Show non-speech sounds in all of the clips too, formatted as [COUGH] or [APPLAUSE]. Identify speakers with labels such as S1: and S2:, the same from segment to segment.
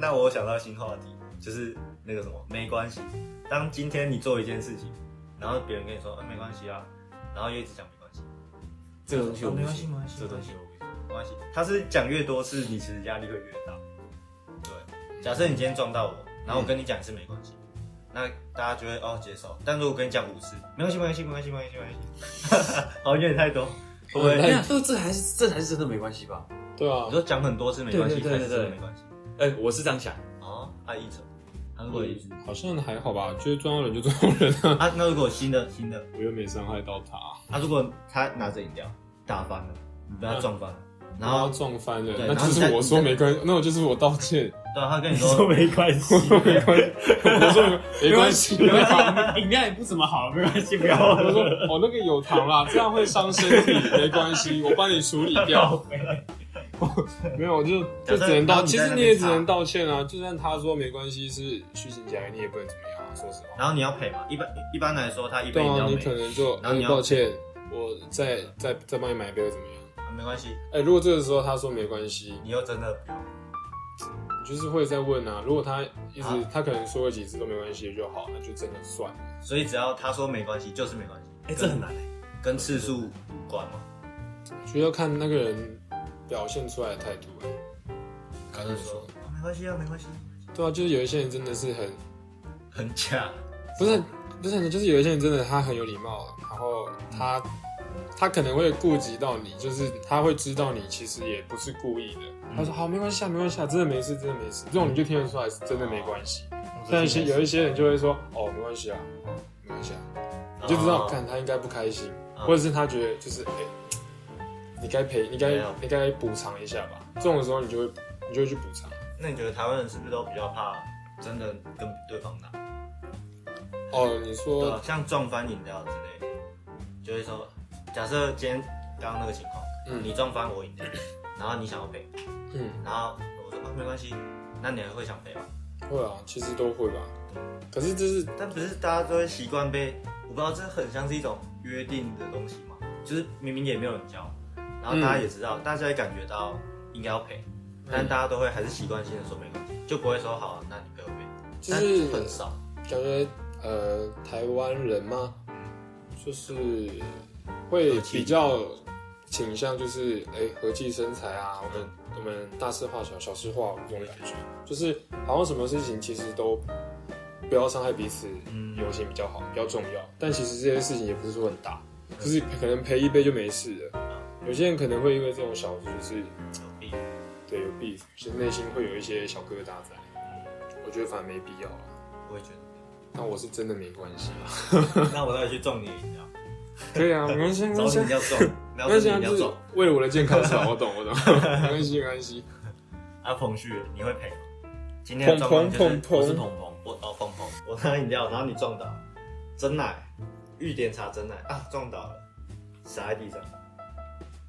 S1: 但我想到新话题，就是那个什么，没关系。当今天你做一件事情，然后别人跟你说，啊、没关系啊，然后又一直讲没关系，
S2: 这个东西我
S1: 哦
S2: 不
S1: 没关系
S2: 行
S1: 没关系
S2: 这个东西我不行。
S1: 没关系。他是讲越多次，你其实压力会越大。对，假设你今天撞到我，然后我跟你讲一次没关系，那大家就会哦接受。但如果跟你讲五次，没关系，没关系，没关系，没关系，没关系， [LAUGHS] 好，有点太多。会不
S2: 没
S1: 会？
S2: 有，这这还是这才是真的没关系吧？
S3: 对啊
S1: 你，说讲很多次没关系，
S2: 对
S1: 三
S2: 对对
S1: 十
S2: 对
S1: 次
S2: 对
S1: 没关系。
S2: 哎，我是这样想，
S1: 哦，爱一者，韩国的意思
S3: 好像还好吧，就是撞到人就撞到人啊， [LAUGHS]
S1: 啊。那如果新的新的，
S3: 我又没伤害到他，
S1: 啊，如果他拿着饮料打翻了，
S3: 嗯
S1: 你被他撞翻了，然
S3: 他
S1: 后
S3: 撞翻了，
S1: 对
S3: 那
S1: 然后
S3: 就
S1: 你
S3: 是
S1: 再
S3: 我说没关系，那我就是我
S1: [LAUGHS]
S3: 道歉，
S1: 对啊，他跟你
S3: [LAUGHS]
S2: 说
S1: 说
S2: 没关系，
S3: 没关系， [LAUGHS] 我说没关系
S2: 没关
S3: 啦，
S2: 系，饮料也不怎么好，没关系，不要
S3: 我说哦那个有糖啦，这样会伤身体，没关系，我帮你处理
S1: [LAUGHS]
S3: 掉。没有，就就只能道，其实你也只能道歉啊。就算他说没关系是虚情假意，你也不能怎么样啊。说实话，
S1: 然后你要赔嘛？一般一般来说，他一杯
S3: 对
S1: 饮
S3: 啊，
S1: 料
S3: 你
S1: 没
S3: 可，能就
S1: 然后
S3: 嗯
S1: 你要
S3: 抱歉，我再再再帮你买一杯怎么样？
S1: 啊没关系，
S3: 哎、如果这个时候他说没关系，
S1: 你又真的不要
S3: 你就是会再问啊。如果他一直、
S1: 啊
S3: 他可能说了几次都没关系就好，那就真的算了。
S1: 所以只要他说没关系，就是没关系。
S2: 哎，这很难哎，
S1: 跟次数无关嘛？
S3: 就要看那个人表现出来的态度、哎，
S1: 他就说啊没关系啊，没关系，
S3: 对啊，就是有一些人真的是很
S1: 很假，
S3: 不是啊不是，就是有一些人真的他很有礼貌，啊然后他他可能会顾及到你，就是他会知道你其实也不是故意的。他说好，没关系啊，没关系啊，真的没事，真的没事。这种你就听得出来是真的没关系。但哦是有一些人就会说哦，没关系啊，哦，没关系啊，你就知道，
S1: 哦
S3: 看他应该不开心，
S1: 嗯
S3: 或者是他觉得就是哎、你该赔，你该
S1: 没有
S3: 你该补偿一下吧。这种时候你就会你就会去补偿。
S1: 那你觉得台湾人是不是都比较怕真的跟对方打？
S3: 哦，你
S1: 对
S3: 说
S1: 啊，像撞翻饮料之类的，就会说，假设今天刚刚那个情况，
S3: 嗯
S1: 你撞翻我饮料，然后你想要赔，
S3: 嗯，
S1: 然后我说、啊、没关系，那你还会想赔吗？
S3: 会啊，其实都会吧。可是这是
S1: 但不是大家都会习惯被，我不知道这很像是一种约定的东西嘛，就是明明也没有人教，然
S3: 嗯
S1: 后大家也知道，大家也感觉到应该要赔，但大家都会还是习惯性的说没关系，就不会说好，那你赔我赔，
S3: 就
S1: 但
S3: 是
S1: 很少，
S3: 感觉呃，台湾人嘛，就是会比较倾向就是哎、和气生财啊，我
S1: 嗯
S3: 们我们大事化小，小事化无这种感觉，就是好像什么事情其实都不要伤害彼此，
S1: 嗯
S3: 友情比较好，比较重要。但其实这些事情也不是说很大，就是可能赔一杯就没事了。有些人可能会因为这种小事，就是
S1: 有弊。
S3: 对有 beef，其实内心会有一些小疙瘩在。我觉得反而没必要啊。
S1: 我也觉
S3: [LAUGHS]
S1: 得，
S3: 那我是真的没关系啊。
S1: 那我到底去撞你饮料，
S3: 可以啊，没关系，没
S1: 找
S3: 关系
S1: 你饮，料撞，
S3: 没 [LAUGHS]
S1: 然后
S3: 关
S1: 你
S3: 系
S1: 饮
S3: 啊，
S1: 料
S3: 就是
S1: 撞。
S3: 为了我的健康着想，我懂，我懂，没关系，没关系。
S1: 啊，彭旭，你会赔吗？今天的
S3: 砰
S1: 状况
S3: 砰
S1: 就是
S3: 砰
S2: 我是
S3: 砰，
S2: 鹏鹏，
S1: 我哦，碰碰，我拿饮料，然后你撞倒，真奶，玉点茶真奶啊，撞倒了，洒在地上，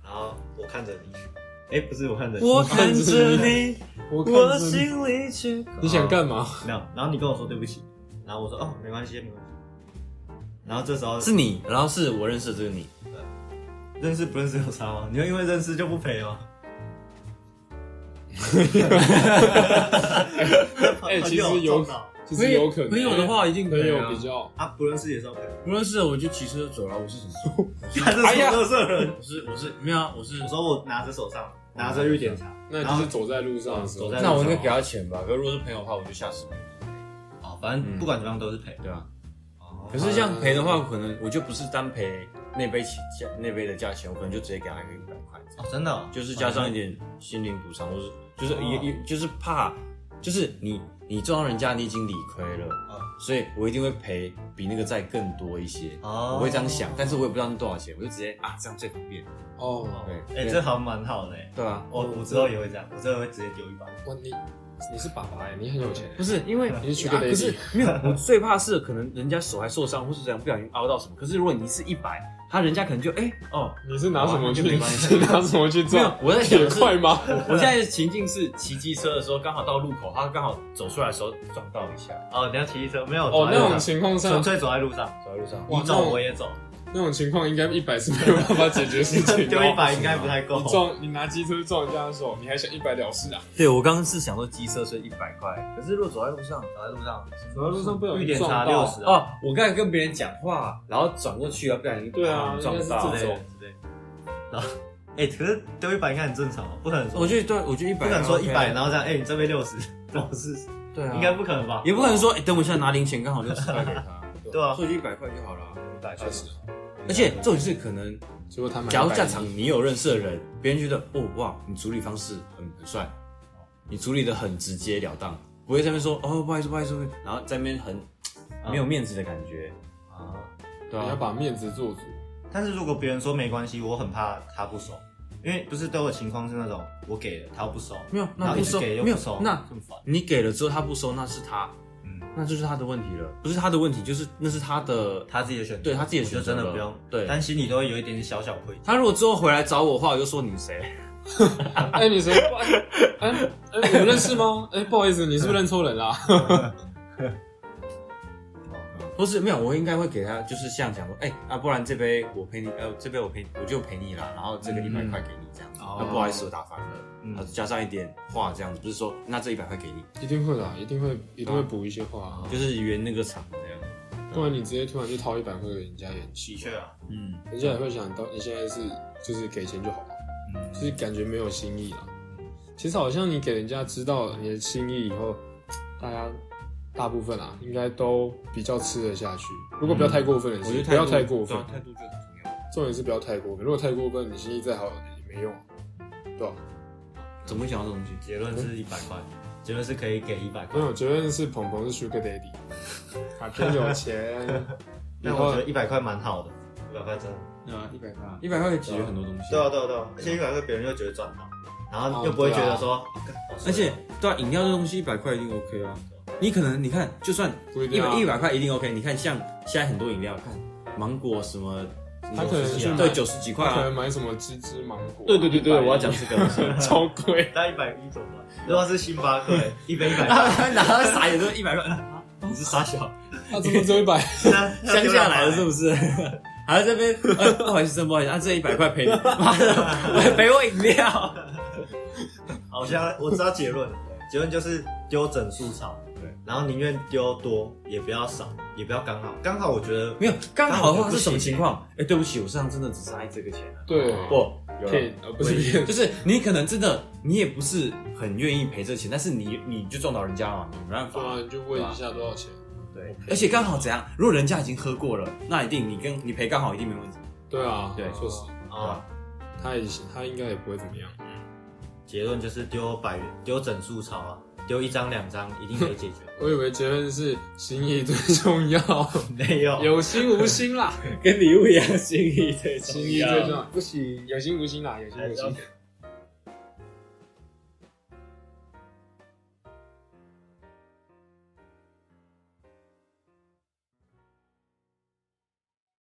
S1: 然后我看着你，哎、不是我看着你，
S2: 我看着你，
S3: 我
S2: 我
S3: 看着你
S2: 心里却空
S3: 你想干嘛？
S1: 没有，然后你跟我说对不起，然后我说哦，没关系，没关系，然后这时候
S2: 是你，然后是我认识的这个你，
S1: 认识不认识有差吗？你会因为认识就不赔吗？
S3: 哎其实有
S1: 撞倒
S3: 其实有可能
S2: 朋友的，话一定可
S3: 朋
S2: 以
S3: 友
S2: 啊
S3: 比。较
S1: 啊，不认识也是要赔，
S2: 不认识的我就骑车就走了，我是什么？
S1: 他是
S3: 哎
S1: 什
S3: 呀
S1: 么色人？
S2: 我是我是没有啊，我是
S1: 我说我拿着手上拿着玉点茶，
S3: 那就是走在路上的时候
S1: 走在。
S2: 那我应该给他钱吧？可是如果是朋友的话，我就吓死了，
S1: 哦，反正不管怎么样都是赔。
S2: 对啊。
S1: 哦
S2: 可是这样赔的话，可能我就不是单赔那杯起价那杯的价钱，我可能就直接给他一个一百块，
S1: 哦，真的哦、
S2: 就是加上一点心灵补偿，或是就是也也就是怕，就是你你撞到人家，你已经理亏
S1: 嗯
S2: 了，所以我一定会赔比那个再更多一些。
S1: 哦
S2: 我会这样想，但是我也不知道是多少钱，我就直接啊这样最方便。
S3: 哦，
S1: 哦
S2: 对
S1: 哎、这好像蛮好的欸。
S2: 对啊，
S1: 我我之后也会这样，我之后会直接丢一百。
S3: 哇，你你是爸爸哎，你很有钱
S2: 不。是因为
S3: 你是
S2: 啊
S3: Sugar
S2: 可是
S3: Daddy
S2: 没有，我最怕是可能人家手还受伤，或是怎样不小心凹到什么。可是如果你是一百，他人家可能就哎、哦，
S3: 你是拿什 [LAUGHS] 么去？
S2: 哇那就没
S3: 你
S2: 关
S3: 是
S2: 系
S3: 拿什么去
S2: 没有
S3: 撞？，
S2: 我在想
S3: 铁
S2: 的
S3: [LAUGHS]
S2: 是，
S3: 块吗？
S2: 我现在的情境是骑机车的时候，刚好到路口，他刚好走出来的时候撞到一下，
S1: 哦，你要骑机车没有？
S3: 哦，
S1: 走
S3: 那种
S1: 在路上
S3: 情况下
S1: 纯，粹走在路上，
S2: 走在路上。
S3: 哇
S1: 你走我也走，
S3: 那种情况应该一百是没有办法解决事 [LAUGHS] 情的
S1: [LAUGHS] 丢
S3: 哦。
S1: 一把应该不太够
S3: 你。撞你拿机车撞人家的手，你还想一百了事啊？
S2: 对我刚刚是想说机车是一百块，可是如果走在路上，
S1: 走在路上，
S3: 走在路上不小
S1: 一
S3: 心
S1: 点
S3: 撞
S1: 差
S3: 到
S1: 六，十啊，
S2: 哦，我刚才跟别人讲话，然后转过去，然后不小心
S3: 对啊
S2: 撞
S3: 应该
S2: 到
S3: 是。这种
S1: 之类的。然后，哎，可是丢一百应该很正常哦，不可能说
S2: 我觉得对，我觉得一
S1: 不
S2: 百
S1: 可能说一百，然
S2: 后
S1: 后这样，哎，你这边六十，这种事
S2: 对啊，
S1: 应该不可能吧？
S2: 也不可能说，哎，等我一下拿零钱，刚好六十 [LAUGHS] 块给他，
S1: 对啊
S2: 所以就一百块就好了。
S1: 一百
S3: 确实，
S2: 而且重点是，可能
S3: 结果他买
S2: 假如
S3: 110
S2: 在场你有认识的人，别人觉得哦哇，你处理方式很很帅，你处理的很直截了当，不会在那边说哦不好意思不好意思，不好意思然后在那边很
S1: 嗯
S2: 没有面子的感觉，
S1: 啊。
S2: 对
S3: 你要
S2: 啊，
S3: 把面子做足。 [LAUGHS]
S1: 但是如果别人说没关系，我很怕他不收，因为不是都有情况是那种我给了他不收，
S2: 没有
S1: 然
S2: 那
S1: 后
S2: 不
S1: 一直
S2: 收
S1: 给又
S2: 没
S1: 不
S2: 有
S1: 收，
S2: 那
S1: 很烦。
S2: 你给了之后他不收，那是他
S1: 嗯，
S2: 那就是他的问题了，不是他的问题，就是那是他的，
S1: 他自己的选择，
S2: 对他自己
S1: 我
S2: 的
S1: 就
S2: 选择
S1: 真的
S2: 了
S1: 不用，
S2: 对
S1: 但心里都会有一点点小小愧疚。
S2: 他如果之后回来找我的话，我就说你谁，
S3: 哎，你谁？哎哎，我们认识吗？哎，不好意思，你是不是认错人啊啦？
S2: 不是没有，我应该会给他就是像讲说，哎、啊不然这杯我陪你，呃这杯我陪我就陪你啦，然后这个一百块给你这样，
S1: 哦
S2: 那、不好意思我打翻了。啊，
S1: 嗯，
S2: 加上一点话这样子，不是说那这一百块给你，
S3: [LAUGHS] 一定会的，一定会，一定会补一些话。啊
S2: 就是圆那个场这样。
S3: 不然你直接突然去掏一百块给人家，也很气
S1: 的。确啊，
S2: 嗯，
S3: 人家也会想到你现在是就是给钱就好了，
S1: 嗯
S3: 就是感觉没有心意了。其实好像你给人家知道你的心意以后，大家大部分啊应该都比较吃得下去。如果不要太过分的
S2: 嗯我
S3: 是，
S2: 觉得
S3: 不要太过分
S2: 对啊，态度就很重要。
S3: 重点是不要太过分。如果太过分，你心意再好也没用啊，对吧、
S2: 怎么会讲到这种东西？
S1: 结论是一百块，结论是可以给一百
S3: 没
S2: 嗯
S1: 块，
S3: 有，结论是鹏鹏是 Sugar Daddy，卡片
S2: [LAUGHS]
S3: 有钱，
S1: 但我觉得一百块蛮好的，一百块真的。
S2: 对啊，一百块，一百块可以解决很多东西。
S1: 对啊，对啊，对啊，而且一百块别人又觉得赚到，然后又不会觉得说，啊干好爽
S2: 而且哦对啊，饮料这东西一百块一定 OK 啊。你可能你看，就算
S3: 不一
S2: 一
S3: 定啊
S2: 百一百块一定 OK。你看像现在很多饮料，看芒果什么，
S3: 他可能去买
S2: 对九十几块
S3: 他可能
S2: 啊。
S3: 买什么芝芝芒果，
S2: 对对对对，
S3: 110
S2: 我要讲这个东西。 [LAUGHS]
S3: 超贵，
S1: 那一百一怎么办？如果啊是星巴克，一杯一百
S2: 然
S1: 块，
S2: [LAUGHS] 后然后傻眼，都一百块，啊你是傻小。
S3: 他怎么只有一
S2: [LAUGHS]
S3: 百？
S2: 乡下来的是不是？ [LAUGHS] 还在这边，呃不好意思，真不好意思，啊，这一百块 [LAUGHS] 赔你，妈的，赔我饮料。
S1: 好像
S2: [LAUGHS]
S1: 我知道结论，结论就是丢整数少，
S2: 对，
S1: 然后宁愿丢多，也不要少，也不要刚好，刚好我觉得
S2: 没有，刚好的话是什么情况？哎、对不起，我身上真的只是爱这个钱了、
S3: 对，
S2: 不，有了
S3: 骗呃不是骗，
S2: 就是你可能真的，你也不是很愿意赔这钱，但是你你就撞到人家了，你没办法
S3: 对。啊，你就问一下多少钱？
S1: 对，
S2: 而且刚好怎样？如果人家已经喝过了，那一定你跟你赔刚好一定没问题，
S3: 对啊，
S2: 对
S3: 确实，
S1: 啊，
S3: 他也他应该也不会怎么样。
S1: 结论就是丢百元，丢整数钞啊，丢一张两张一定可以
S2: [LAUGHS]
S1: 解决，
S3: 我以为结论是心意最重要，
S1: 没有，
S3: 有心无心啦，
S2: [LAUGHS] 跟礼物一样，心意最啊
S3: 心意最重要，不行，有心无心啦，有心无
S1: 还是要
S3: 心。